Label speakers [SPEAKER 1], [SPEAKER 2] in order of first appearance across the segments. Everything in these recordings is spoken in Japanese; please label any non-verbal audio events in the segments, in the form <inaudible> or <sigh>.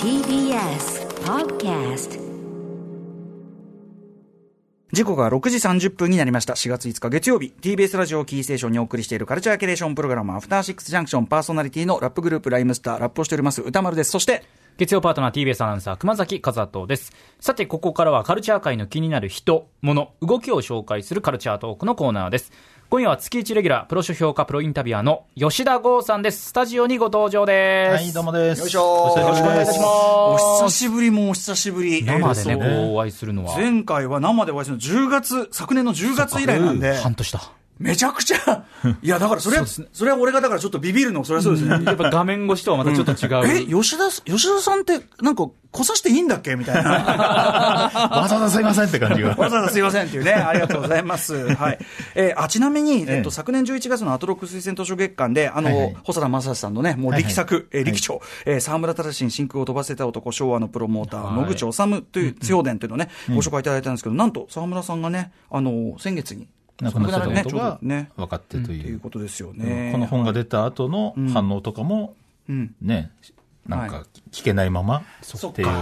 [SPEAKER 1] TBS Podcast
[SPEAKER 2] 時刻は6時30分になりました。4月5日月曜日、TBS ラジオキーステーションにお送りしているカルチャーキュレーションプログラム、アフターシックスジャンクションパーソナリティのラップグループライムスター、ラップをしております、歌丸です。そして、
[SPEAKER 3] 月曜パートナー TBS アナウンサー熊崎和人です。さて、ここからはカルチャー界の気になる人、物、動きを紹介するカルチャートークのコーナーです。今夜は月1レギュラー、プロ書評家、プロインタビュアーの吉田剛さんです。スタジオにご登場です。
[SPEAKER 4] はい、どうもです。
[SPEAKER 2] よいしょー
[SPEAKER 4] よろしくお願いいたします。
[SPEAKER 2] お久しぶりもお久しぶり。
[SPEAKER 3] 生でね、
[SPEAKER 2] えー
[SPEAKER 3] こうお会いするのは
[SPEAKER 2] そう。前回は生でお会いするの10月、昨年の10月以来なんで、
[SPEAKER 3] 半年だ。
[SPEAKER 2] めちゃくちゃ、いや、だからそれは、そ,、れは俺がだからちょっとビビるの、それはそうですね。
[SPEAKER 3] やっぱ画面越しとはまたちょっと
[SPEAKER 2] え、
[SPEAKER 3] <laughs> 違う。
[SPEAKER 2] 吉田、吉田さんって、なんか、来させていいんだっけみたいな。
[SPEAKER 4] わざわざすいませんって感じ
[SPEAKER 2] <laughs>
[SPEAKER 4] が。
[SPEAKER 2] わざわざすいませんっていうね、
[SPEAKER 4] <laughs>
[SPEAKER 2] ありがとうございます。はい。えーあ、ちなみに、えっと、
[SPEAKER 4] ええ
[SPEAKER 2] 昨年11月のアトロック推薦図書月間で、あの、
[SPEAKER 4] はいはい
[SPEAKER 2] 細田正史さんのね、もう力作、
[SPEAKER 4] はいはい
[SPEAKER 2] えー力長、えー沢村忠に真空を飛ばせた男、昭和のプロモーター、野口治という、強伝というのをね、ご紹介いただいたんですけど、なんと沢村さんがね、あの、先月に、
[SPEAKER 4] 亡くなった
[SPEAKER 2] ね、
[SPEAKER 4] こ
[SPEAKER 2] ち
[SPEAKER 4] と
[SPEAKER 2] ょうど
[SPEAKER 4] が
[SPEAKER 2] ね、
[SPEAKER 4] 分かってと
[SPEAKER 2] とい
[SPEAKER 4] いうう。
[SPEAKER 2] ことですよね。
[SPEAKER 4] この本が出た後の反応とかも、
[SPEAKER 2] うん。
[SPEAKER 4] ね、なんか聞けないままっていう。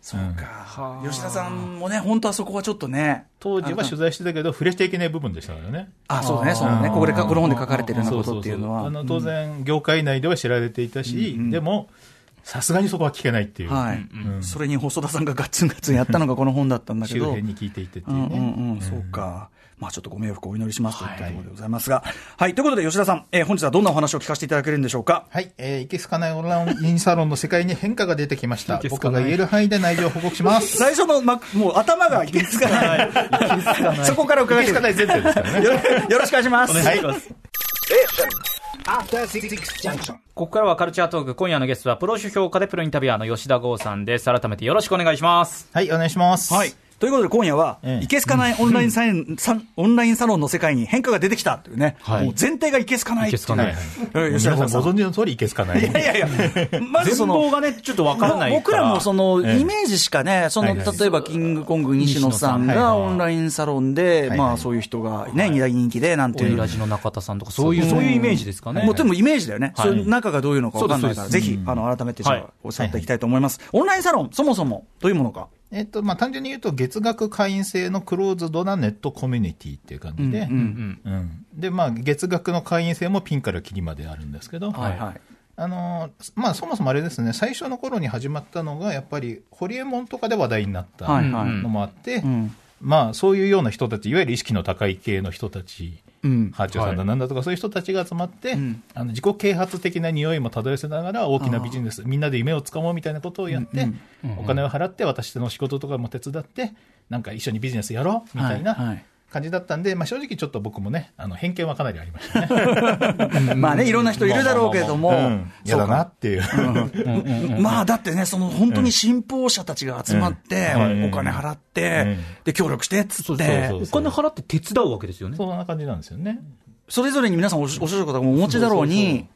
[SPEAKER 2] そうか。吉田さんもね、本当はそこはちょっとね、
[SPEAKER 4] 当時は取材してたけど、触れていけない部分でしたからね。
[SPEAKER 2] あ、そうだね、そうだね。ここでか、この本で書かれてるような
[SPEAKER 4] そ
[SPEAKER 2] こ
[SPEAKER 4] うそ
[SPEAKER 2] とっ
[SPEAKER 4] う
[SPEAKER 2] て
[SPEAKER 4] そ
[SPEAKER 2] いうの
[SPEAKER 4] う。
[SPEAKER 2] は
[SPEAKER 4] あ。の、当然、業界内では知られていたし、でも、さすがにそこは聞けないっていう。
[SPEAKER 2] はい、それに細田さんがガッツンガッツンやったのがこの本だったんだけ
[SPEAKER 4] 周
[SPEAKER 2] ど、
[SPEAKER 4] 辺に聞いていてっ
[SPEAKER 2] う
[SPEAKER 4] てい
[SPEAKER 2] ん
[SPEAKER 4] う
[SPEAKER 2] う
[SPEAKER 4] ね。
[SPEAKER 2] んうん、そうか、まあ、ちょっとご冥福をお祈りしますといったところでございますが、はいということで、吉田さん、えー本日はどんなお話を聞かせていただけるんでしょうか。
[SPEAKER 4] はい、えー、いけすかないオンラインサロンの世界に変化が出てきました。
[SPEAKER 3] けすか
[SPEAKER 4] 僕
[SPEAKER 3] ない
[SPEAKER 4] が言える範囲で内情を報告します。
[SPEAKER 2] 最初の、ま、もう頭がいけつかない、そこから伺
[SPEAKER 4] い
[SPEAKER 2] い
[SPEAKER 4] け
[SPEAKER 2] て
[SPEAKER 4] すかない前提ですからね。
[SPEAKER 2] よよろしくお願いします。
[SPEAKER 4] <laughs> はいします。
[SPEAKER 3] ここからはカルチャートーク。今夜のゲストは、プロ書評家でプロインタビュアーの吉田剛さんです。改めてよろしくお願いします。
[SPEAKER 4] はい、お願いします。
[SPEAKER 2] はい。ということで今夜は、
[SPEAKER 4] ええ
[SPEAKER 2] いけすかないオンラインサイン、さんオンラインサロンの世界に変化が出てきたというね、
[SPEAKER 3] はい
[SPEAKER 2] もう前提がいけすかないっていう
[SPEAKER 3] いけすか
[SPEAKER 4] は。
[SPEAKER 3] ないい
[SPEAKER 2] えー吉田
[SPEAKER 4] 皆
[SPEAKER 2] さ
[SPEAKER 4] さ
[SPEAKER 2] ん
[SPEAKER 4] ん
[SPEAKER 2] さん
[SPEAKER 4] ご存知の通りいけすかない。
[SPEAKER 2] いやいや、まずそ
[SPEAKER 3] 全
[SPEAKER 2] の
[SPEAKER 3] 貌がね、ちょっとわからないから。
[SPEAKER 2] 僕らもその、
[SPEAKER 4] ええ
[SPEAKER 2] イメージしかね、その、
[SPEAKER 4] はいはい
[SPEAKER 2] 例えばキングコング西野さん
[SPEAKER 4] 西野さ
[SPEAKER 2] が
[SPEAKER 4] んはい
[SPEAKER 2] オンラインサロンで、
[SPEAKER 4] はい
[SPEAKER 2] まあそういう人がね、二大人気でなんて
[SPEAKER 3] オ
[SPEAKER 2] い
[SPEAKER 3] イ
[SPEAKER 2] う。
[SPEAKER 3] ラジの中田さんとか、そういう、そういうイメージですかね。
[SPEAKER 2] もうでもイメージだよね。
[SPEAKER 3] はい
[SPEAKER 2] その中がどういうのかわかんないから、
[SPEAKER 3] そうで
[SPEAKER 2] ぜ
[SPEAKER 3] す
[SPEAKER 2] ひ、あの、改めてじゃ
[SPEAKER 3] はい
[SPEAKER 2] あ、おっしゃっていきたいと思います。オンラインサロン、そもそも、どういうものか。
[SPEAKER 4] えっと、まあ、単純に言うと、月額会員制のクローズドなネットコミュニティっていう感じで、
[SPEAKER 2] うん
[SPEAKER 4] うんで、まあ、月額の会員制もピンからキリまであるんですけど、
[SPEAKER 2] はいはい。
[SPEAKER 4] あのーまあ、そもそもあれですね、最初の頃に始まったのが、やっぱり、ホリエモンとかで話題になった
[SPEAKER 2] はいはい
[SPEAKER 4] のもあって
[SPEAKER 2] ん、
[SPEAKER 4] まあ、そういうような人たち、いわゆる意識の高い系の人たち、
[SPEAKER 2] うん。
[SPEAKER 4] ハーチューさんだなんだとか、そういう人たちが集まって、
[SPEAKER 2] ん
[SPEAKER 4] あの自己啓発的な匂いも漂わせながら、大きなビジネス、みんなで夢をつかもうみたいなことをやって、お金を払って、私の仕事とかも手伝って、なんか一緒にビジネスやろうみたい
[SPEAKER 2] はいはい
[SPEAKER 4] な感じだったんで、まあ、正直ちょっと僕もね、あの偏見はかなりありましたね。
[SPEAKER 2] まあね、いろんな人いるだろうけれども
[SPEAKER 4] うん、
[SPEAKER 2] そ
[SPEAKER 4] 嫌
[SPEAKER 2] う
[SPEAKER 4] だ
[SPEAKER 2] か
[SPEAKER 4] なっていう。 <laughs>
[SPEAKER 2] まあだってね、その本当に信奉者たちが集まって、
[SPEAKER 4] うんうん
[SPEAKER 2] お金払って、で、協力してっつ
[SPEAKER 3] そう
[SPEAKER 2] っ
[SPEAKER 3] そう
[SPEAKER 2] て
[SPEAKER 3] そう、お金払って手伝うわけですよね。
[SPEAKER 4] そんな感じなんですよね。
[SPEAKER 2] それぞれに皆さんお所属とかもお持ちだろうに、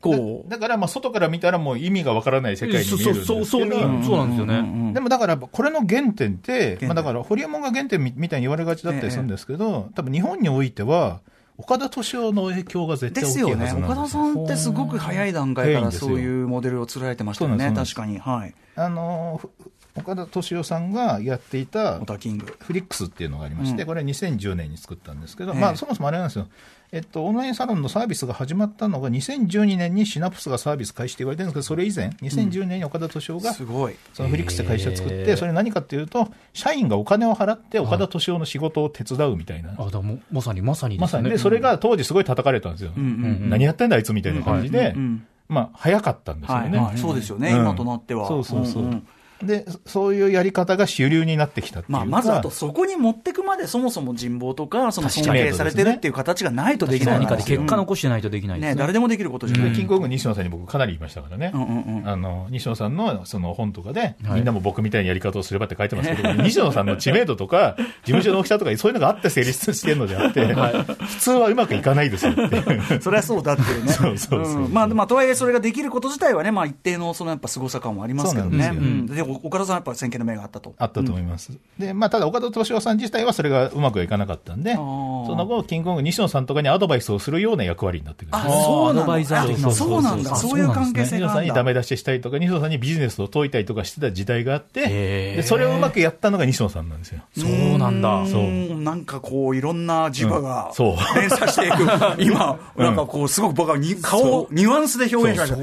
[SPEAKER 2] こう。
[SPEAKER 4] だから、まあ、外から見たらもう意味がわからない世界に見え
[SPEAKER 3] そう
[SPEAKER 4] るんですけ
[SPEAKER 3] そう
[SPEAKER 4] ど。
[SPEAKER 3] そう、そう見えるそうなんですよね。
[SPEAKER 4] でもだから、これの原点って、
[SPEAKER 2] 点
[SPEAKER 4] まあ、だから、ホリエモンが原点みみたいに言われがちだったりするんですけど、多分日本においては、岡田敏夫の影響が絶対
[SPEAKER 2] で
[SPEAKER 4] 大き
[SPEAKER 2] す
[SPEAKER 4] いは
[SPEAKER 2] よ
[SPEAKER 4] ずなん
[SPEAKER 2] ね。
[SPEAKER 4] ですよ
[SPEAKER 2] 岡田さんってすごく早い段階か
[SPEAKER 4] 早い
[SPEAKER 2] ら
[SPEAKER 4] んです
[SPEAKER 2] そ
[SPEAKER 4] よ
[SPEAKER 2] ういうモデルをつられてましたよ
[SPEAKER 4] そうな
[SPEAKER 2] ね。
[SPEAKER 4] んで
[SPEAKER 2] 確
[SPEAKER 4] す
[SPEAKER 2] かに。はい。
[SPEAKER 4] あのふ岡田敏夫さんがやっていた
[SPEAKER 2] オタキング。
[SPEAKER 4] フリックスっていうのがありまして、
[SPEAKER 2] うん
[SPEAKER 4] これは2010年に作ったんですけど、
[SPEAKER 2] ええ
[SPEAKER 4] まあ、そもそもあれなんですよ、えっと、オンラインサロンのサービスが始まったのが2012年にシナプスがサービス開始って言われてるんですけど、それ以前、2010年に岡田敏夫が、
[SPEAKER 2] すごい。
[SPEAKER 4] そのフリックスで会社を作っ
[SPEAKER 3] へ
[SPEAKER 4] て、
[SPEAKER 3] ー
[SPEAKER 4] それ何かっていうと、社員がお金を払って岡田敏夫の仕事を手伝うみたいな。
[SPEAKER 3] あ、だからもうまさに、まさに
[SPEAKER 4] ま
[SPEAKER 3] です
[SPEAKER 4] さ
[SPEAKER 3] よ
[SPEAKER 4] に、
[SPEAKER 3] ね。
[SPEAKER 4] で、それが当時すごい叩かれたんですよ。
[SPEAKER 2] ん
[SPEAKER 4] 何やってんだ、あいつみたいな感じで、
[SPEAKER 2] うんうん
[SPEAKER 4] まあ、早かったんですよ
[SPEAKER 2] はい
[SPEAKER 4] ね。
[SPEAKER 2] はい。そうですよね。
[SPEAKER 4] うん
[SPEAKER 2] 今となっては。
[SPEAKER 4] そうそうそう。
[SPEAKER 2] んん
[SPEAKER 4] で、そういうやり方が主流になってきたっていう
[SPEAKER 2] ま
[SPEAKER 4] か
[SPEAKER 2] あ、まずあと、そこに持ってくまでそもそも人望とか、その尊敬されてるっていう形がないとできない
[SPEAKER 3] 何
[SPEAKER 2] ら
[SPEAKER 3] かで結果残してないとできないです
[SPEAKER 2] ね、
[SPEAKER 3] ね。
[SPEAKER 2] 誰でもできることじゃな
[SPEAKER 4] で
[SPEAKER 2] い。
[SPEAKER 4] キングコング西野さんに僕かなり言いましたからね。
[SPEAKER 2] うんうんうん
[SPEAKER 4] あの、西野さんのその本とかで、
[SPEAKER 3] はい
[SPEAKER 4] みんなも僕みたいなやり方をすればって書いてますけど、西野さんの知名度とか、事務所の大きさとか、そういうのがあって成立してるのであって、普通はうまくいかないですよって
[SPEAKER 2] <laughs>
[SPEAKER 4] いう。
[SPEAKER 2] そりゃそうだっていうね。
[SPEAKER 4] そうそうそう
[SPEAKER 2] うんまあ、まあ、とはいえ、それができること自体はね、まあ、一定の、その、やっぱ、凄さ感もありますけどね。
[SPEAKER 4] そううなんん
[SPEAKER 2] で
[SPEAKER 4] ですよ
[SPEAKER 2] も、お岡田さん、やっぱ先見の明があったと。
[SPEAKER 4] あったと思います。で、まあ、ただ岡田敏夫さん自体はそれがうまくいかなかったんで、そ
[SPEAKER 2] ー
[SPEAKER 4] の後、キングコング西野さんとかにアドバイスをするような役割になってくるんです
[SPEAKER 2] あ、
[SPEAKER 4] ね。
[SPEAKER 2] そうなん
[SPEAKER 3] アドバイザ
[SPEAKER 2] だ。
[SPEAKER 3] ー
[SPEAKER 2] あ
[SPEAKER 3] 的な
[SPEAKER 2] そうなんだ。
[SPEAKER 3] そうそ
[SPEAKER 2] そ
[SPEAKER 3] うそう
[SPEAKER 2] ういう関係
[SPEAKER 4] 西
[SPEAKER 2] 性
[SPEAKER 4] 野
[SPEAKER 2] が
[SPEAKER 4] さ
[SPEAKER 2] あ
[SPEAKER 4] ん
[SPEAKER 2] る
[SPEAKER 4] に
[SPEAKER 2] ん
[SPEAKER 4] ダ
[SPEAKER 2] だ。
[SPEAKER 4] メ出ししたりとか、西野さんにビジネスを解いたりとかしてた時代があって、
[SPEAKER 3] へー
[SPEAKER 4] でそれをうまくやったのが西野さんなんですよ。
[SPEAKER 3] そうなんだ。
[SPEAKER 4] そう
[SPEAKER 2] うんなんかこう、いろんな磁場が
[SPEAKER 4] うんそう
[SPEAKER 2] 連鎖していく、今、なんかこう、すごく僕はに顔をニュアンスで表現しました、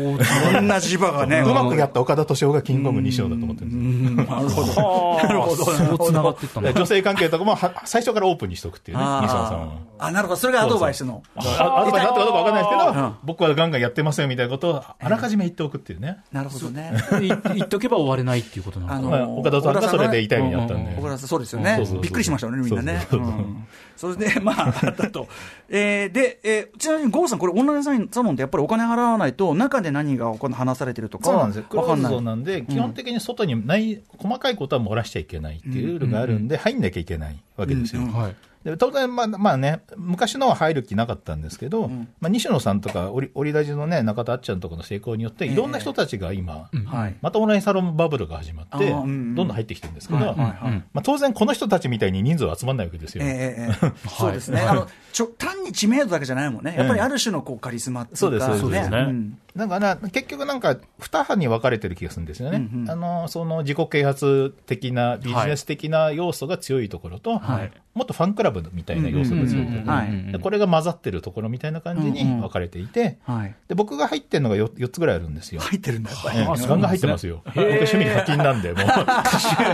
[SPEAKER 2] いろんな磁場がね、
[SPEAKER 4] うまくやった岡田敏夫がキングコング西野だと思ってるんですよ
[SPEAKER 2] うんなる
[SPEAKER 3] <laughs>
[SPEAKER 2] ほど、
[SPEAKER 3] なるほど。そう繋がっていったんだ
[SPEAKER 4] 女性関係とかもは最初からオープンにしとくっていうね、西野さんは。
[SPEAKER 2] あなるほど、それがアドバイスの、
[SPEAKER 4] あアドバイスあったかどうか分かんないですけど、
[SPEAKER 2] うん
[SPEAKER 4] 僕はガンガンやってますよみたいなことをあらかじめ言っておくっていうね。
[SPEAKER 2] なるほどね、
[SPEAKER 3] い言っとけば終われないっていうことなのか
[SPEAKER 2] あ
[SPEAKER 3] な
[SPEAKER 2] の
[SPEAKER 4] まあ岡田さんがそれで痛い目にあったんで。
[SPEAKER 2] 小倉さん、そうですよね
[SPEAKER 4] そうそうそ、う
[SPEAKER 2] びっくりしましたよね、みんなね。
[SPEAKER 4] そうそうそうそ
[SPEAKER 2] う
[SPEAKER 4] う
[SPEAKER 2] んそれで、まあ、あったと、 <laughs> えーで、えーちなみに郷さん、これ、オンラインサインサロンってやっぱりお金払わないと、中で何が話されてるとか
[SPEAKER 4] そうな
[SPEAKER 2] は
[SPEAKER 4] んですよ。クロ
[SPEAKER 2] わかん
[SPEAKER 4] ーズ
[SPEAKER 2] な
[SPEAKER 4] ド
[SPEAKER 2] い。
[SPEAKER 4] なんで、基本的に外にない、細かいことは漏らしちゃいけないっていうルールがあるんで、入んなきゃいけないわけですよ。
[SPEAKER 3] はい。
[SPEAKER 4] で当然、まあ、まあね、昔のは入る気なかったんですけど、まあ、西野さんとか、折り折りラジのね、中田あっちゃんとかの成功によって、いろんな人たちが今、
[SPEAKER 2] はい
[SPEAKER 4] またオンラインサロンバブルが始まっ
[SPEAKER 2] あ
[SPEAKER 4] て、
[SPEAKER 2] ーうんうん
[SPEAKER 4] どんどん入ってきてるんですけど、
[SPEAKER 2] はいはいはい
[SPEAKER 4] まあ、当然、この人たちみたいに人数は集まらないわけですよ。
[SPEAKER 2] ええええそうですね、あのちょ単に知名度だけじゃないもんね、やっぱりある種のこうカリスマってい
[SPEAKER 4] そう
[SPEAKER 2] う
[SPEAKER 4] です
[SPEAKER 2] か、
[SPEAKER 4] そうです
[SPEAKER 3] ね
[SPEAKER 2] ん
[SPEAKER 4] だから、結局なんか、二派に分かれてる気がするんですよね。
[SPEAKER 2] うんうん
[SPEAKER 4] あの、その自己啓発的な、ビジネス的な要素が強いところと、
[SPEAKER 3] はい
[SPEAKER 4] もっとファンクラブみたいな要素が強
[SPEAKER 2] う
[SPEAKER 4] いとこ
[SPEAKER 2] んうんうんうん
[SPEAKER 4] ろ。
[SPEAKER 2] はい
[SPEAKER 4] でこれが混ざってるところみたいな感じに分かれていて、
[SPEAKER 2] はい、
[SPEAKER 4] で僕が入ってるのが 4, つぐらいあるんですよ。
[SPEAKER 2] 入ってるんだ、やっぱり。
[SPEAKER 4] ええガンガン入ってますよ。僕趣味課金なんで、もう、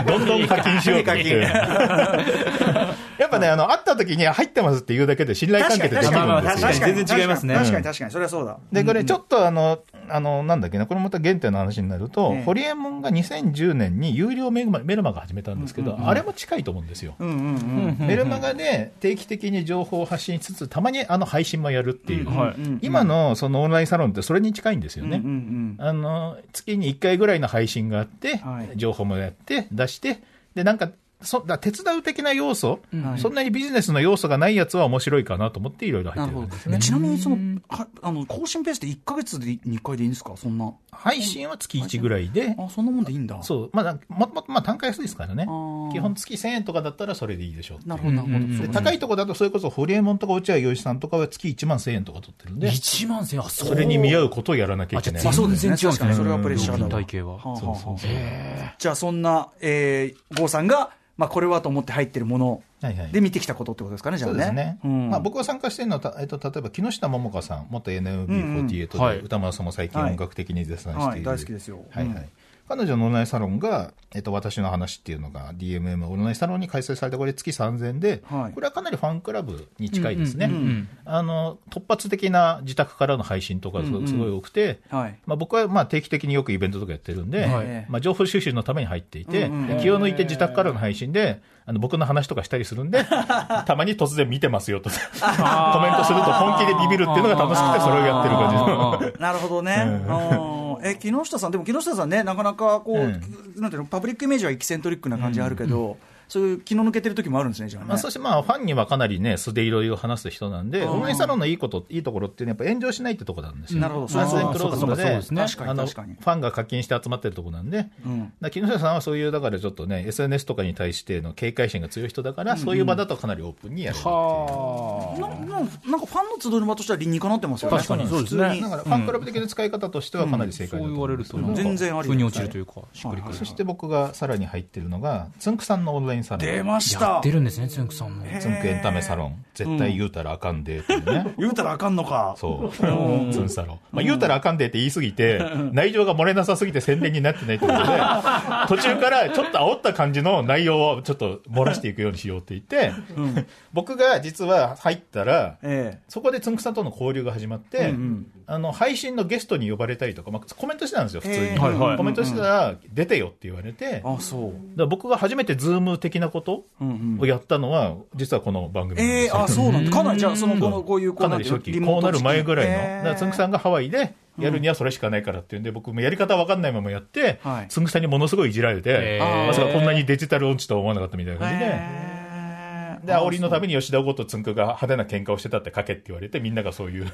[SPEAKER 4] どんどん課金しようと思って。
[SPEAKER 2] 趣味
[SPEAKER 4] やっぱね、あの、会った時に入ってますって言うだけで信頼関係ってできるんですよ。
[SPEAKER 3] 確かに全然違いますね
[SPEAKER 2] 確かに、確かに、それはそうだ。
[SPEAKER 4] で、これちょっとあの、あの、なんだっけな、これまた原点の話になると
[SPEAKER 2] ええ、
[SPEAKER 4] ホリエモンが2010年に有料メルマメルマガ始めたんですけど、あれも近いと思うんですよ。
[SPEAKER 2] うんうんうん、
[SPEAKER 4] メルマガで定期的に情報を発信しつつ、たまにあの配信もやるっていう、
[SPEAKER 3] はい
[SPEAKER 4] 今のそのオンラインサロンってそれに近いんですよね。
[SPEAKER 2] うんうん、
[SPEAKER 4] あの月に1回ぐらいの配信があって、
[SPEAKER 2] はい
[SPEAKER 4] 情報もやって、出して、でなんかそだ手伝う的な要素、
[SPEAKER 2] はい
[SPEAKER 4] そんなにビジネスの要素がないやつは面白いかなと思って、いろいろ
[SPEAKER 2] な
[SPEAKER 4] 入っ
[SPEAKER 2] る
[SPEAKER 4] てる
[SPEAKER 2] ほ
[SPEAKER 4] ん
[SPEAKER 2] ど
[SPEAKER 4] です。
[SPEAKER 2] えちなみにそのはあの更新ペースで1か月で2回でいいんですか、そんな、
[SPEAKER 4] 配信は月1ぐらいで、
[SPEAKER 2] あそんなもんでいいんだ、
[SPEAKER 4] そうまあ、なんかもともとまあ単価安いですからね
[SPEAKER 2] あ、ー
[SPEAKER 4] 基本月1000円とかだったらそれでいいでしょうっていう
[SPEAKER 2] なるほど、なるほ
[SPEAKER 3] Mm-hmm.
[SPEAKER 2] ど、
[SPEAKER 4] で高いとこだと、それこそホリエモンとか落合陽一さんとかは月1万1000円とか取ってるんで、
[SPEAKER 3] 1万1000円、あ、そ
[SPEAKER 4] それに見
[SPEAKER 3] う。
[SPEAKER 4] 合うことをやらなきゃ
[SPEAKER 3] あ、
[SPEAKER 4] い
[SPEAKER 3] じ
[SPEAKER 4] け
[SPEAKER 3] ゃ
[SPEAKER 4] ない。
[SPEAKER 3] あ全然違うんです
[SPEAKER 2] 確か
[SPEAKER 3] ね。
[SPEAKER 2] にそれはプレッシャーだ
[SPEAKER 3] 料
[SPEAKER 2] わ
[SPEAKER 3] 金体系は。
[SPEAKER 2] はあはあはあ
[SPEAKER 3] へ
[SPEAKER 2] じゃあ、そんな、えー、郷さんが、まあ、これはと思って入ってるもの
[SPEAKER 4] はいはい
[SPEAKER 2] で見てきたことってことですかね、じゃあ
[SPEAKER 4] そう
[SPEAKER 2] ね。
[SPEAKER 4] ですね、
[SPEAKER 2] うん
[SPEAKER 4] まあ、僕が参加してるのは、たえっと、例えば木下桃香さん、元
[SPEAKER 3] うんは
[SPEAKER 4] NMB48
[SPEAKER 3] い
[SPEAKER 4] で、歌丸さんも最近、音楽的にデザインしている、
[SPEAKER 2] はい大好きですよ
[SPEAKER 4] はいはい
[SPEAKER 2] うん
[SPEAKER 4] 彼女のオンラインサロンが、えっと、私の話っていうのが、DMM オンラインサロンに開催されて、これ、月3000円で、
[SPEAKER 2] はい
[SPEAKER 4] これはかなりファンクラブに近いですね、
[SPEAKER 3] うんうんうんうん
[SPEAKER 4] あの突発的な自宅からの配信とか、すごすごい多くて。
[SPEAKER 2] はい
[SPEAKER 4] まあ、僕はまあ定期的によくイベントとかやってるんで、
[SPEAKER 3] はい
[SPEAKER 4] まあ、情報収集のために入っていて、
[SPEAKER 2] うんうん
[SPEAKER 4] で気を抜いて自宅からの配信で、あの僕の話とかしたりするんで、たまに突然見てますよと、コメントすると本気でビビるっていうのが楽しくて、それをやってる感じ。
[SPEAKER 2] なるほどね、うんえ木下さん、でも木下さんね、なかなかこう、
[SPEAKER 4] うん
[SPEAKER 2] なんていうの、パブリックイメージはエキセントリックな感じあるけど、そういう気の抜けてる時もあるんですね、じゃあね。
[SPEAKER 4] まあ、そしてまあファンにはかなりね、素でいろいろ話す人なんで、オンラインサロンのいいこと、いいところっていうのは、やっぱ炎上しないってところなんですよ。
[SPEAKER 2] なるほど
[SPEAKER 4] 完全
[SPEAKER 2] あー
[SPEAKER 4] クローズ
[SPEAKER 3] そうかそ
[SPEAKER 4] ドで
[SPEAKER 3] うかそうです
[SPEAKER 2] ね
[SPEAKER 4] あの
[SPEAKER 2] 確かに確かに
[SPEAKER 4] ファンが課金して集まってるところなんで、だから木下さんはそういう、だからちょっとね、SNS とかに対しての警戒心が強い人だから、そういう場だとかなりオープンにやるっていう。
[SPEAKER 2] なななんかファンの集いの場としては理にかなってますよね。
[SPEAKER 3] 確かに
[SPEAKER 4] 普
[SPEAKER 3] そうです
[SPEAKER 4] 通
[SPEAKER 3] ね
[SPEAKER 4] にだからファンクラブ的な使い方としてはかなり正
[SPEAKER 3] そ
[SPEAKER 4] 解だ
[SPEAKER 3] う言
[SPEAKER 4] と思
[SPEAKER 3] わ
[SPEAKER 4] う
[SPEAKER 3] れ
[SPEAKER 4] んで
[SPEAKER 3] る
[SPEAKER 4] す
[SPEAKER 3] と
[SPEAKER 4] けど
[SPEAKER 3] なんか
[SPEAKER 2] 全然あり
[SPEAKER 3] 腑に落ちるというかしっくりくる
[SPEAKER 4] そして僕がさらに入ってるのがつんくさんのオンラインサロ
[SPEAKER 2] 出
[SPEAKER 4] ン
[SPEAKER 2] まし
[SPEAKER 3] や
[SPEAKER 2] た
[SPEAKER 3] ってるんですねつんくさんも
[SPEAKER 4] つんくエンタメサロン絶対言うたらあかんでっていうね
[SPEAKER 2] 言うたらあかんのか。
[SPEAKER 4] そう
[SPEAKER 2] <laughs>
[SPEAKER 4] つんサロンまあ言うたらあかんでって言いすぎて内情が漏れなさすぎて宣伝になってないということで
[SPEAKER 2] <laughs>
[SPEAKER 4] 途中からちょっと煽った感じの内容をちょっと漏らしていくようにしようって言って僕が実は入ったら
[SPEAKER 2] え
[SPEAKER 4] そこでつんくさんとの交流が始まって、あの配信のゲストに呼ばれたりとか、まあ、コメントしてたんですよ、普通に。
[SPEAKER 2] へーはい
[SPEAKER 3] はい
[SPEAKER 4] コメントしてたら、出てよって言われて、
[SPEAKER 2] えあ、そう。
[SPEAKER 4] だから僕が初めてズーム的なことをやったのは、実はこの番組なん
[SPEAKER 2] え
[SPEAKER 4] で
[SPEAKER 2] え
[SPEAKER 4] す
[SPEAKER 2] あ、
[SPEAKER 4] よ。
[SPEAKER 2] そうなんだ。かなり、じゃあ、その、この、こういう、こ
[SPEAKER 4] か
[SPEAKER 2] う
[SPEAKER 4] な
[SPEAKER 2] なん
[SPEAKER 4] り
[SPEAKER 2] ていうの
[SPEAKER 4] 初期、こうなる前ぐらいの、
[SPEAKER 2] リモート
[SPEAKER 4] だからつんくさんがハワイでやるにはそれしかないからっていうんで、僕もやり方わかんないままやって
[SPEAKER 2] はい、
[SPEAKER 4] つんくさんにものすごいいじられて
[SPEAKER 3] へ、ー
[SPEAKER 4] まさかこんなにデジタル音痴とは思わなかったみたいな感じで。
[SPEAKER 2] ええ
[SPEAKER 4] で、煽りのために吉田豪とつんくが派手な喧嘩をしてたって書けって言われて、みんながそう <laughs> いう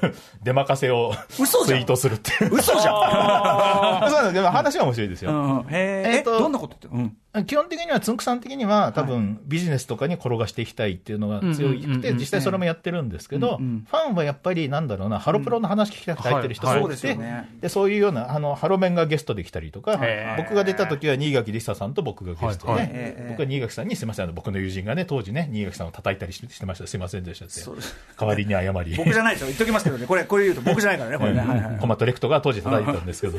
[SPEAKER 4] 出まかせを
[SPEAKER 2] 嘘じ
[SPEAKER 4] ツ
[SPEAKER 2] ゃ
[SPEAKER 4] イ
[SPEAKER 2] ん
[SPEAKER 4] ートするっていう。
[SPEAKER 2] 嘘じゃん
[SPEAKER 4] <laughs> そうなんですでも話は面白いです
[SPEAKER 2] う
[SPEAKER 4] よ。
[SPEAKER 2] んうん、へー
[SPEAKER 4] え
[SPEAKER 2] え
[SPEAKER 4] っと
[SPEAKER 2] どんなことって、
[SPEAKER 4] <laughs>
[SPEAKER 2] うん、
[SPEAKER 4] 基本的には、つんくさん的には、多分、ビジネスとかに転がしていきたいっていうのが強
[SPEAKER 3] うんうんう
[SPEAKER 4] く
[SPEAKER 3] んう
[SPEAKER 4] て、
[SPEAKER 3] ん
[SPEAKER 4] 実際それもやってるんですけど、
[SPEAKER 2] うんうん
[SPEAKER 4] ファンはやっぱり、なんだろうな、ハロプロの話聞きたくて入ってる人
[SPEAKER 3] は
[SPEAKER 4] が
[SPEAKER 3] い
[SPEAKER 4] 多
[SPEAKER 2] はい
[SPEAKER 4] く
[SPEAKER 2] そうですよ
[SPEAKER 4] て
[SPEAKER 2] ね、
[SPEAKER 4] でそういうような、あの、ハロメンがゲストで来たりとか
[SPEAKER 3] へー、
[SPEAKER 4] 僕が出た時は、新垣りささんと僕がゲスト
[SPEAKER 3] はい
[SPEAKER 2] はい
[SPEAKER 4] で、僕は新垣さんに、すいません、あの僕の友人がね、当時ね、新垣さんを叩いたりしてしてました、すいませんでしたって
[SPEAKER 2] そうです、
[SPEAKER 4] 代わりに謝り。
[SPEAKER 2] 僕じゃないですよ言っときますけどねこれこれ言うと僕じゃないからねこれね、はいはい
[SPEAKER 4] コマトレクトが当時叩いてたんですけど、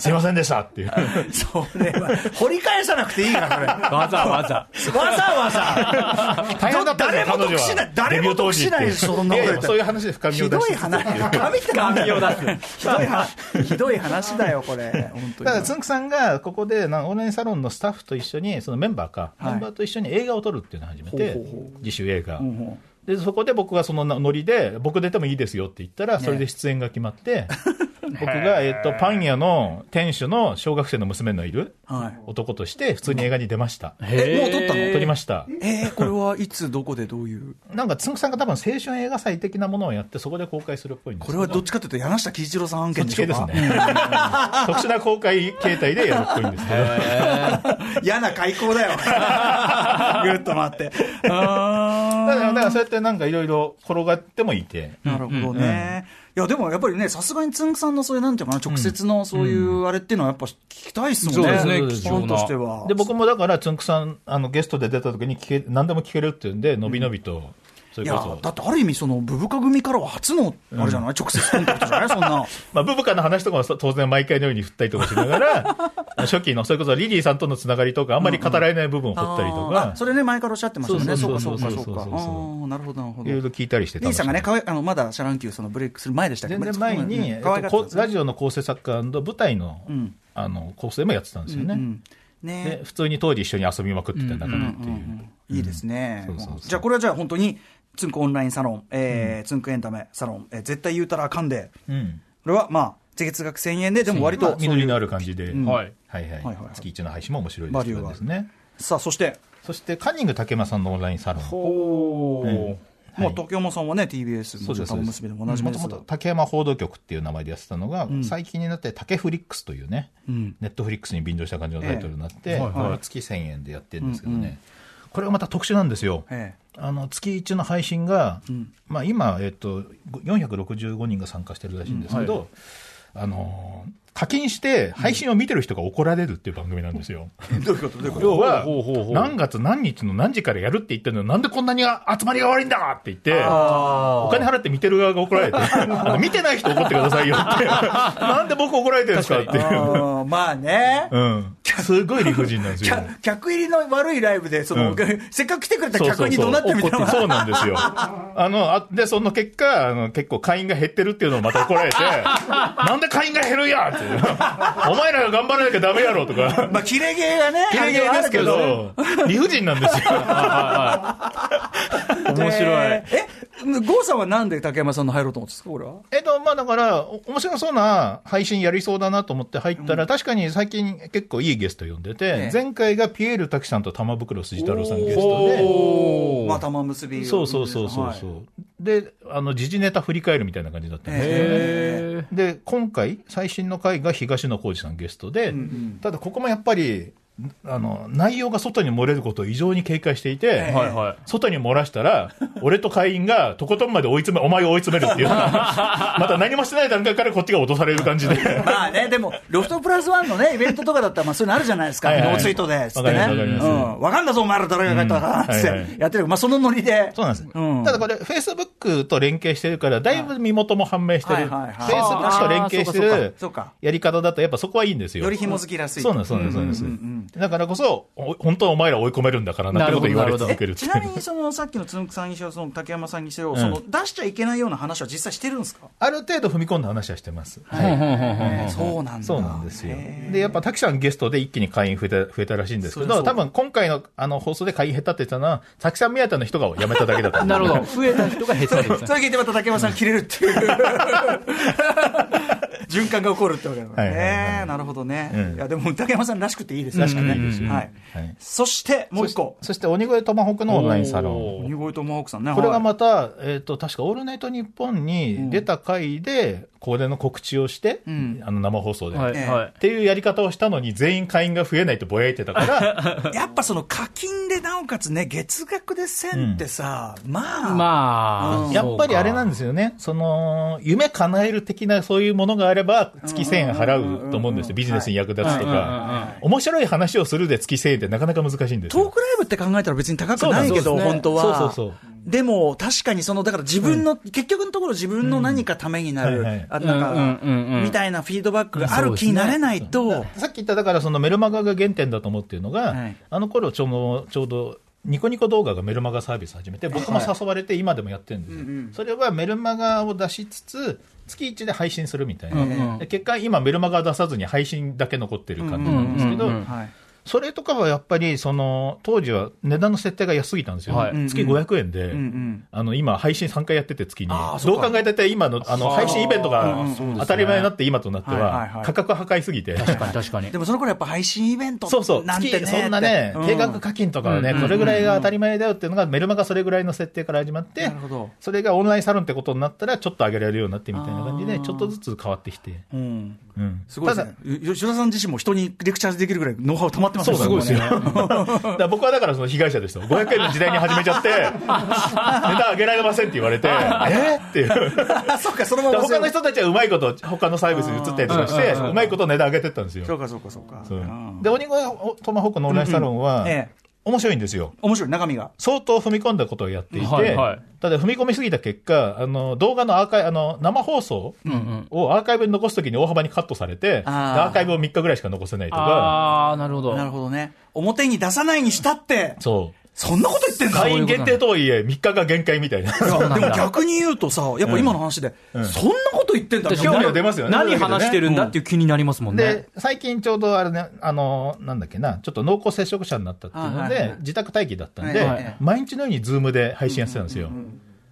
[SPEAKER 2] <laughs>
[SPEAKER 4] すいませんでしたっていう。
[SPEAKER 2] それは掘り返さなくていい
[SPEAKER 4] <laughs>
[SPEAKER 2] からこれ
[SPEAKER 3] わざわざ。
[SPEAKER 2] わざわざ
[SPEAKER 4] 大変だったんですよ
[SPEAKER 2] 誰も得しない誰も得しないですそんなこと
[SPEAKER 4] い
[SPEAKER 2] 言
[SPEAKER 4] やい
[SPEAKER 2] っ
[SPEAKER 4] や
[SPEAKER 2] た
[SPEAKER 4] そ
[SPEAKER 2] ら
[SPEAKER 4] ういう話で深みを
[SPEAKER 2] ひ
[SPEAKER 4] 出
[SPEAKER 2] ど
[SPEAKER 4] し
[SPEAKER 2] い
[SPEAKER 4] て
[SPEAKER 2] 話神ってなんだよ
[SPEAKER 3] 神を出
[SPEAKER 2] ひどい話ひどい話だよこれ本当に
[SPEAKER 4] ただ、つんくさんがここでなオンラインサロンのスタッフと一緒に、そのメンバーか、
[SPEAKER 2] はい
[SPEAKER 4] メンバーと一緒に映画を撮るっていうのを始めて
[SPEAKER 2] ほうほうほ、
[SPEAKER 4] 自主映画
[SPEAKER 2] う。んうん
[SPEAKER 4] で、そこで僕がそのノリで、僕出てもいいですよって言ったら、それで出演が決
[SPEAKER 2] <laughs>
[SPEAKER 4] まって、僕が、えっと、パン屋の店主の小学生の娘のいる
[SPEAKER 2] はい
[SPEAKER 4] 男として、普通に映画に出ました。
[SPEAKER 2] えもう撮ったの
[SPEAKER 4] 撮りました。
[SPEAKER 2] えー、これはいつどこでどういう
[SPEAKER 4] なんか、つんくさんが多分青春映画祭的なものをやって、そこで公開するっぽいんです
[SPEAKER 2] こ
[SPEAKER 4] け
[SPEAKER 2] れ
[SPEAKER 4] ど
[SPEAKER 2] はどっちかというと柳下喜一郎さん案
[SPEAKER 4] そ
[SPEAKER 2] 件
[SPEAKER 4] っ
[SPEAKER 2] で
[SPEAKER 4] ち
[SPEAKER 2] しょ
[SPEAKER 4] 系
[SPEAKER 2] う
[SPEAKER 4] です
[SPEAKER 2] か
[SPEAKER 4] ね。特殊な公開形態でやるっぽいんですけど。
[SPEAKER 2] 嫌な開口だよぐっと待ってあー
[SPEAKER 4] だから、だからそうやってなんかいろいろ転がってもいて。
[SPEAKER 2] なるほどね、いやでもやっぱりねさすがにつんくさんのそういうなんていうかな直接のそういうあれっていうのはやっぱ聞きたいっすもんね、
[SPEAKER 3] そうですね
[SPEAKER 2] ファンとしては
[SPEAKER 4] で、僕もだから、つんくさん、あの、ゲストで出た時に聞け、何でも聞けるっていうんで、のびのびと、そ
[SPEAKER 2] い
[SPEAKER 4] れ
[SPEAKER 2] や
[SPEAKER 4] こ
[SPEAKER 2] だっ
[SPEAKER 4] そ。
[SPEAKER 2] てある意味そのブブカ組からは初のあれじゃない、直接コンタクトじゃないそんな
[SPEAKER 4] まあ、ブブカの話とかもそ当然毎回のように振ったりとかしな
[SPEAKER 2] <laughs>
[SPEAKER 4] がら、初期の、それこそリリーさんとのつながりとか、あんまり語られない部分を掘ったりと
[SPEAKER 2] あ
[SPEAKER 4] か、
[SPEAKER 2] それね前からおっしゃってましたねそ
[SPEAKER 4] そうう
[SPEAKER 2] か
[SPEAKER 4] そ
[SPEAKER 2] そう
[SPEAKER 4] そう
[SPEAKER 2] か
[SPEAKER 4] うそう
[SPEAKER 2] そうかあ
[SPEAKER 4] そうそうそう
[SPEAKER 2] ーなるほどなるほ
[SPEAKER 4] いろいろ
[SPEAKER 2] ど
[SPEAKER 4] 聞いたりしてた。
[SPEAKER 2] リーさんがねかわいあのまだシャランキューそのブレイクする前でしたっけ
[SPEAKER 4] 全然前に、
[SPEAKER 2] うん
[SPEAKER 4] えっ
[SPEAKER 2] 可愛か
[SPEAKER 4] と
[SPEAKER 2] った
[SPEAKER 4] こ
[SPEAKER 2] ですね
[SPEAKER 4] ラジオの構成作家舞台の、
[SPEAKER 2] ん
[SPEAKER 4] あの、構成もやってたんですよね。
[SPEAKER 2] うんね
[SPEAKER 4] で普通に当時一緒に遊びまくってた仲間っていう。
[SPEAKER 2] いいですね、
[SPEAKER 4] うんそうそうそう
[SPEAKER 2] じゃあこれはじゃあ本当につんくオンラインサロン、えーつんくエンタメサロン、えー絶対言うたらあかんで
[SPEAKER 4] うん
[SPEAKER 2] これはまあ月額1000円ででも割
[SPEAKER 4] ま
[SPEAKER 2] と
[SPEAKER 4] あ、緑のある感じで、
[SPEAKER 2] ん
[SPEAKER 4] はいはいはい
[SPEAKER 2] はいはいはい
[SPEAKER 4] 月一の配信も面白い
[SPEAKER 2] バ
[SPEAKER 4] で
[SPEAKER 2] リュー
[SPEAKER 4] す
[SPEAKER 2] があ
[SPEAKER 4] で
[SPEAKER 2] る
[SPEAKER 4] すね。
[SPEAKER 2] さあそして
[SPEAKER 4] そして、カンニング竹山さんのオンラインサロン。
[SPEAKER 3] おー。
[SPEAKER 2] も
[SPEAKER 4] は
[SPEAKER 2] う
[SPEAKER 4] い
[SPEAKER 2] 竹山さんはね TBS の歌結びでもおなじみ
[SPEAKER 4] も
[SPEAKER 2] で
[SPEAKER 4] と
[SPEAKER 2] す
[SPEAKER 4] も
[SPEAKER 2] が
[SPEAKER 4] と竹山報道局っていう名前でやってたのが、最近になって竹フリックスというね、ネットフリックスに便乗した感じのタイトルになって、
[SPEAKER 3] えはいはい
[SPEAKER 4] これ月1000円でやってるんですけどね、これがまた特殊なんですよ。
[SPEAKER 2] え
[SPEAKER 4] あの月1の配信が、まあ、今、えっと、465人が参加してるらしいんですけど、あのー課金して配信を見てる人が怒られるっていう番組なんですよ。
[SPEAKER 2] どういうことどういうこ
[SPEAKER 4] 要は
[SPEAKER 3] ほうほうほうほう、
[SPEAKER 4] 何月何日の何時からやるって言ってるのに、なんでこんなに集まりが悪いんだって言って、お金払って見てる側が怒ら
[SPEAKER 2] <laughs>
[SPEAKER 4] れて、あの見てない人怒ってくださいよって、なんで僕怒られてるんですかっていう。
[SPEAKER 2] とまあね
[SPEAKER 4] うん。すごい理不尽なんですよ。
[SPEAKER 2] 客客入りの悪いライブでその、
[SPEAKER 4] うん
[SPEAKER 2] <laughs> せっかく来てくれた客に怒鳴ってみたい
[SPEAKER 4] そうそう
[SPEAKER 2] な
[SPEAKER 4] そう怒ってそうなんですよ。あの、あで、その結果、あの、結構会員が減ってるっていうのをまた怒ら
[SPEAKER 2] <laughs>
[SPEAKER 4] れて、なんで会員が減るんやっていう。お前らが頑張らなきゃダメやろとか。
[SPEAKER 2] まあ切れ芸がね
[SPEAKER 4] キレゲーですけど、理不尽なんですよ。
[SPEAKER 2] あるけど
[SPEAKER 3] 面白い
[SPEAKER 2] え。ーえ郷さんはなんで竹山さんの入ろうと思ってたんですかこれは
[SPEAKER 4] えっと、まあだから、お面白そうな配信やりそうだなと思って入ったら、確かに最近結構いいゲスト呼んでて、
[SPEAKER 2] ええ
[SPEAKER 4] 前回がピエール滝さんと玉袋筋太郎さんゲストで、
[SPEAKER 3] お
[SPEAKER 2] まあ玉結び
[SPEAKER 4] そうそうそうそうそう、で、あの、時事ネタ振り返るみたいな感じだったんですよ、
[SPEAKER 3] へ
[SPEAKER 4] で、今回、最新の回が東野幸治さんゲストで、ただここもやっぱり、あの、内容が外に漏れることを異常に警戒していて、
[SPEAKER 3] ー。はいはい。
[SPEAKER 4] 外に漏らしたら、俺と会員がとことんまで追い詰め、お前を追い詰める
[SPEAKER 2] <laughs>
[SPEAKER 4] っていう。また何もしてない段階からこっちが落とされる感じで。
[SPEAKER 2] まあね、でも、ロフトプラスワンの
[SPEAKER 4] <laughs>
[SPEAKER 2] ね、イベントとかだったら、まあそういうのあるじゃないですか、
[SPEAKER 4] はいはい
[SPEAKER 2] ノーツイートで、つってね。
[SPEAKER 4] わかりますわかります
[SPEAKER 2] うん。わかんだぞ、お前ら誰が書いたかな、つって
[SPEAKER 4] うんはいはい
[SPEAKER 2] やってる。まあそのノリで。
[SPEAKER 4] そうなんです。
[SPEAKER 2] うん
[SPEAKER 4] ただこれ、フェイスブックと連携してるから、だいぶ身元も判明して
[SPEAKER 2] はい
[SPEAKER 4] る。フ
[SPEAKER 2] はいはい
[SPEAKER 4] ェイスブックと連携して
[SPEAKER 2] あーそ
[SPEAKER 4] る
[SPEAKER 2] うかそうかそうか
[SPEAKER 4] やり方だと、やっぱそこはいいんですよ。
[SPEAKER 2] より紐づきやすい。
[SPEAKER 4] そうなんです、そうなんです、そうなんです
[SPEAKER 2] んうん。
[SPEAKER 4] だからこそ、お本当はお前ら追い込めるんだからなってことを言われ続け
[SPEAKER 2] え
[SPEAKER 4] るってい
[SPEAKER 2] ち
[SPEAKER 4] う
[SPEAKER 2] なみにそのさっきのつんくさんにしろその竹山さんにしろ、その出しちゃいけないような話は実際してるんですか、
[SPEAKER 4] ある程度踏み込んだ話はしてます。はい
[SPEAKER 2] そうなんだ
[SPEAKER 4] そうなんですよ
[SPEAKER 2] へ。
[SPEAKER 4] で、やっぱ滝さんゲストで一気に会員増えた増えたらしいんですけ
[SPEAKER 2] そうそ
[SPEAKER 4] ど、
[SPEAKER 2] う
[SPEAKER 4] 多分今回のあの放送で会員減ったって言ったのは、滝さん目当ての人が辞めただけだった。
[SPEAKER 3] なるほど。。増えた人が減ったんです
[SPEAKER 2] そ
[SPEAKER 3] ね。
[SPEAKER 2] れ聞いてまた竹山さん切れるっていう <laughs> 循環が起こるってわけだからね、
[SPEAKER 4] はいはいはい
[SPEAKER 2] なるほどね、
[SPEAKER 4] うん
[SPEAKER 2] いやでも竹山さんらしくていいですね、確かにね。
[SPEAKER 4] いいですよね
[SPEAKER 2] はい。
[SPEAKER 4] はい
[SPEAKER 2] そして、もう一個
[SPEAKER 4] そし。そして、鬼越トマホークのオンラインサロン。
[SPEAKER 3] おー
[SPEAKER 2] 鬼越トマホークさんね。
[SPEAKER 4] これが
[SPEAKER 2] はい
[SPEAKER 4] また、えっと確か「オールナイトニッポン」に出た回で、これの告知をして、
[SPEAKER 2] ん
[SPEAKER 4] あの生放送で、
[SPEAKER 3] はい、
[SPEAKER 2] ええ
[SPEAKER 3] はい
[SPEAKER 4] っていうやり方をしたのに、全員会員が増えないとぼやいてたから、
[SPEAKER 2] やっぱその課金でなおかつね、月額で1000ってさ、まあ、
[SPEAKER 3] まあ、
[SPEAKER 4] やっぱりあれなんですすよね、その夢叶える的なそういうものがあれば、月1000円払うと思うんですよ、ビジネスに役立つとか、面白い話をするで月1000円ってなかなか難しいんです
[SPEAKER 2] トー
[SPEAKER 4] よ。
[SPEAKER 2] クライブって考えたら別に高くないけ
[SPEAKER 4] そ
[SPEAKER 2] ど、
[SPEAKER 4] うなんで
[SPEAKER 2] 本
[SPEAKER 4] す
[SPEAKER 2] 当は。
[SPEAKER 4] そうそうそう
[SPEAKER 2] でも、確かにその、だから自分の、結局のところ自分の何かためになる、
[SPEAKER 4] うんはいはい
[SPEAKER 2] あなんか、
[SPEAKER 3] うんうんうんうん
[SPEAKER 2] みたいなフィードバックがあ
[SPEAKER 3] そ
[SPEAKER 2] る
[SPEAKER 3] うです
[SPEAKER 2] 気
[SPEAKER 3] ね
[SPEAKER 2] になれないと、
[SPEAKER 4] さっき言っただからそのメルマガが原点だと思っているのが、
[SPEAKER 2] はい
[SPEAKER 4] あの頃ちょうどちょうどニコニコ動画がメルマガサービス始めて僕も誘われて今でもやってるんですよ、それはメルマガを出しつつ月1で配信するみたいな、
[SPEAKER 3] うんうん
[SPEAKER 4] で結果今メルマガ出さずに配信だけ残ってる感じなんですけど、
[SPEAKER 3] うんうんうんうん
[SPEAKER 2] はい
[SPEAKER 4] それとかはやっぱりその当時は値段の設定が安すぎたんですよ、
[SPEAKER 3] はい
[SPEAKER 4] 月500円で、
[SPEAKER 2] うんうん
[SPEAKER 4] あの今、配信3回やってて、月に、ど
[SPEAKER 2] あー
[SPEAKER 4] う
[SPEAKER 2] そっ
[SPEAKER 4] 考
[SPEAKER 2] か
[SPEAKER 4] えたって、今のあの
[SPEAKER 3] はあ
[SPEAKER 4] 配信イベント
[SPEAKER 2] う
[SPEAKER 4] が
[SPEAKER 2] んうんそうですね
[SPEAKER 4] 当たり前になって、今となって
[SPEAKER 2] はいはいは、
[SPEAKER 4] はい価格破壊すぎて、
[SPEAKER 3] 確かに確かに
[SPEAKER 2] で。もその頃やっぱ配信イベント
[SPEAKER 4] そうそう、
[SPEAKER 2] なんてね
[SPEAKER 4] 月、そんなね
[SPEAKER 2] って、
[SPEAKER 4] 定額課金とかはね、
[SPEAKER 3] うん
[SPEAKER 4] これぐらいが当たり前だよっていうのが、メルマがそれぐらいの設定から始まっ
[SPEAKER 2] うん
[SPEAKER 4] て
[SPEAKER 2] なる、ほど。
[SPEAKER 4] それがオンラインサロンってことになったら、ちょっと上げられるようになってみたいな感じ
[SPEAKER 2] あ
[SPEAKER 4] で、
[SPEAKER 2] ー
[SPEAKER 4] ちょっとずつ変わってきて。
[SPEAKER 2] うん。
[SPEAKER 4] うん
[SPEAKER 2] すごいですね。よ吉田さん自身も人にレクチャーできるぐらいノウハウ溜まって <laughs> ます
[SPEAKER 4] そうすごいですよ。
[SPEAKER 2] ね
[SPEAKER 4] <laughs> だから僕はだからその被害者でした。500円の時代に始めちゃって、 <laughs> ネタ上げられませんって言われて、えーっていう。
[SPEAKER 2] あ、そっか、そのま
[SPEAKER 4] だか
[SPEAKER 2] ま
[SPEAKER 4] ら。他の人たちはうまいこと、他のサービスに移ったりとかして、うまいこと値段上げてったんです
[SPEAKER 2] そ
[SPEAKER 4] よ。
[SPEAKER 2] うか、そうか、そうか。
[SPEAKER 4] そう
[SPEAKER 2] うん
[SPEAKER 4] で、鬼越トマホークのオンラインサロンは
[SPEAKER 2] ええ、
[SPEAKER 4] 面白いんですよ。
[SPEAKER 2] 面白い、中身が。
[SPEAKER 4] 相当踏み込んだことをやっていて、
[SPEAKER 3] はいはい
[SPEAKER 4] ただ踏み込みすぎた結果、あの動画のアーカイあの生放送をアーカイブに残すときに大幅にカットされて、
[SPEAKER 2] あー
[SPEAKER 4] でアーカイブを3日ぐらいしか残せないとか、
[SPEAKER 3] ああ、なるほど。
[SPEAKER 2] なるほどね。表に出さないにしたって、
[SPEAKER 4] そう。
[SPEAKER 2] そんなこと言ってんだ
[SPEAKER 4] 会員限定とはいえ、3日が限界みたいな。
[SPEAKER 2] いや
[SPEAKER 3] そうな
[SPEAKER 2] で
[SPEAKER 3] んだ
[SPEAKER 2] も逆に言うとさ、やっぱ今の話で、
[SPEAKER 4] ん
[SPEAKER 2] そんなこと言ってんだ
[SPEAKER 4] 興味が出ますよね
[SPEAKER 3] 何
[SPEAKER 4] そういうわけでね
[SPEAKER 3] 話してるんだっていう気になりますもんね
[SPEAKER 4] で。、最近ちょうどあれね、あの、なんだっけな、ちょっと濃厚接触者になったっていう
[SPEAKER 2] あ
[SPEAKER 4] の
[SPEAKER 2] はいはい
[SPEAKER 4] で、自宅待機だったん
[SPEAKER 2] はいはい
[SPEAKER 4] で、毎日のようにズームで配信やってたんですよ。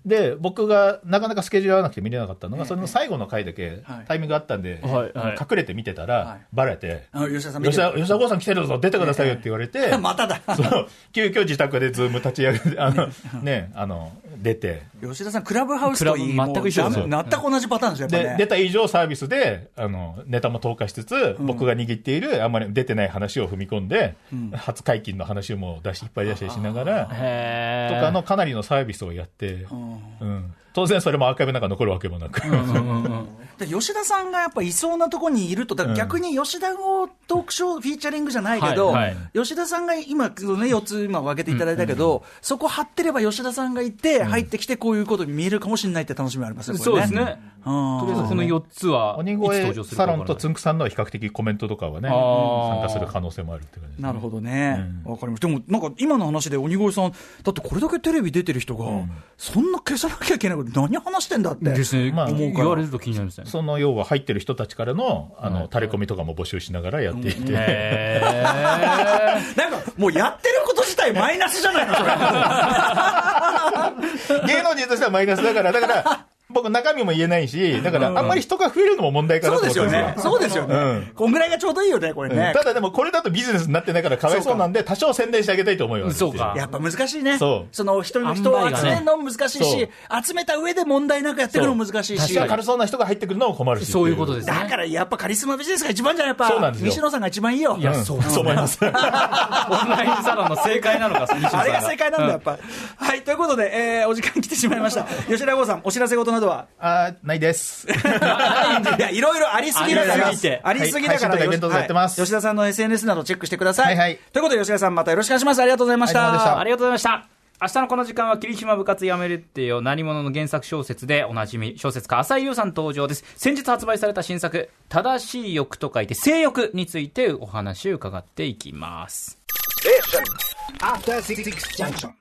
[SPEAKER 4] で、僕がなかなかスケジュール合わなくて見れなかったのが、その最後の回だけ
[SPEAKER 2] はい
[SPEAKER 4] タイミングがあったんで、
[SPEAKER 3] はいはい
[SPEAKER 4] 隠れて見てた
[SPEAKER 2] はい
[SPEAKER 4] ら、バレて、
[SPEAKER 2] あ吉田さん見
[SPEAKER 4] 吉
[SPEAKER 2] て
[SPEAKER 4] 田
[SPEAKER 2] る。、
[SPEAKER 4] 吉田剛さん来てるぞ、出てくださいよって言われ
[SPEAKER 2] <laughs>
[SPEAKER 4] て
[SPEAKER 2] まただ。
[SPEAKER 4] そう急遽自宅でズーム立ち上げて、あのね、あの出て、
[SPEAKER 2] 吉田さん、クラブハウスといい、
[SPEAKER 3] クラブ全く一緒ですよ
[SPEAKER 2] もう全く同じパターンですよ、や
[SPEAKER 4] で
[SPEAKER 2] っぱ
[SPEAKER 4] 出
[SPEAKER 2] ね。
[SPEAKER 4] た以上、サービスであのネタも投下しつつ、僕が握っている、あんまり出てない話を踏み込んで、初解禁の話も出しいっぱい出したりしながら、
[SPEAKER 3] へ
[SPEAKER 4] と
[SPEAKER 3] ー
[SPEAKER 4] かのかなりのサービスをやって、うん当然それもアーカイブなんか残るわけもなく、
[SPEAKER 2] で吉田さんがやっぱいそうなとこにいると、だから逆に吉田をトークショーフィーチャリングじゃないけど、
[SPEAKER 3] はいはい
[SPEAKER 2] 吉田さんが今、そのね、4つ今分けていただいたけど、そこ張ってれば吉田さんがいて、入ってきてこういうことに見えるかもしれないって楽しみありますね、これ
[SPEAKER 3] そうですね。
[SPEAKER 2] うん
[SPEAKER 3] とりあえずこの4つは、いつ
[SPEAKER 4] <laughs> 鬼
[SPEAKER 3] 登
[SPEAKER 4] 越
[SPEAKER 3] 場する
[SPEAKER 4] サ
[SPEAKER 3] か
[SPEAKER 4] ロ
[SPEAKER 3] わ
[SPEAKER 4] ン
[SPEAKER 3] から
[SPEAKER 4] と
[SPEAKER 3] ない
[SPEAKER 4] つんくさんのは比較的コメントとかはね、
[SPEAKER 3] あー
[SPEAKER 4] 参加する可能性もあるって感じですね
[SPEAKER 2] なるほどね、わ、かりました、でもなんか今の話で鬼越さん、だってこれだけテレビ出てる人が、そんな消さなきゃいけないこと、何話してんだって、
[SPEAKER 3] ですね、
[SPEAKER 4] まあ
[SPEAKER 3] 言われると気になるんですね。
[SPEAKER 4] その要は入ってる人たちからのあのタレコミとかも募集しながらやっていて、
[SPEAKER 3] へ
[SPEAKER 2] なんかもうやってること自体、マイナスじゃないの、それ、
[SPEAKER 4] <laughs> 芸能人としてはマイナスだから、だから、僕、中身も言えないし、だから、あんまり人が増えるのも問題かな
[SPEAKER 2] <laughs> そ
[SPEAKER 4] と
[SPEAKER 2] うで
[SPEAKER 4] 思っ
[SPEAKER 2] す
[SPEAKER 4] てる
[SPEAKER 2] よ
[SPEAKER 4] んですよ。
[SPEAKER 2] ね、そうですよね、こんぐらいがちょうどいいよね、これ
[SPEAKER 4] うん
[SPEAKER 2] ね、
[SPEAKER 4] ただでも、これだとビジネスになってないから、かわいそうなんで、多少宣伝してあげたいと思います。
[SPEAKER 3] そうか
[SPEAKER 2] やっぱ難しいね、
[SPEAKER 4] そ
[SPEAKER 2] そうの一人の人を集めるのも難しいし、
[SPEAKER 4] 塩梅
[SPEAKER 2] 集めた上で問題なくやっていくのも難しい
[SPEAKER 4] 私
[SPEAKER 2] し。
[SPEAKER 4] が軽そうな人が入ってくるのも困る
[SPEAKER 3] ー
[SPEAKER 4] し。
[SPEAKER 3] そういうことですね。
[SPEAKER 2] だからやっぱカリスマビジネスが一番じゃんやっぱ
[SPEAKER 4] そうなんですよ
[SPEAKER 2] 西野さんが一番いいよ。
[SPEAKER 3] いや、そう、
[SPEAKER 4] そう思い
[SPEAKER 3] <laughs>
[SPEAKER 4] ます。
[SPEAKER 3] オンラインサロンの正
[SPEAKER 2] <laughs>
[SPEAKER 3] 解なのか、西野さん
[SPEAKER 2] あれが正解なんだ、やっぱ。はい、ということで、えーお時間来てしまい
[SPEAKER 4] <laughs>
[SPEAKER 2] ました。吉田剛さん、お知らせ事などは
[SPEAKER 4] あー <laughs> ないです。
[SPEAKER 2] いや、いろいろありすぎだか
[SPEAKER 3] あ
[SPEAKER 2] ら
[SPEAKER 3] りすぎて、
[SPEAKER 2] ありすぎだか
[SPEAKER 4] は
[SPEAKER 2] ら、
[SPEAKER 4] い配信とかイベントとかやってます
[SPEAKER 2] はい吉田さんの SNS などチェックしてください。
[SPEAKER 4] はいはい
[SPEAKER 2] ということで、吉田さん、またよろしくお願いします。ありがとうございまし
[SPEAKER 4] ありがとうございました
[SPEAKER 2] た。
[SPEAKER 3] ありがとうございました。明日のこの時間は、霧島部活やめるってよ、何者の原作小説でおなじみ、小説家、浅井優さん登場です。先日発売された新作、正しい欲と書いて、性欲についてお話を伺っていきます。
[SPEAKER 5] After Six Junction.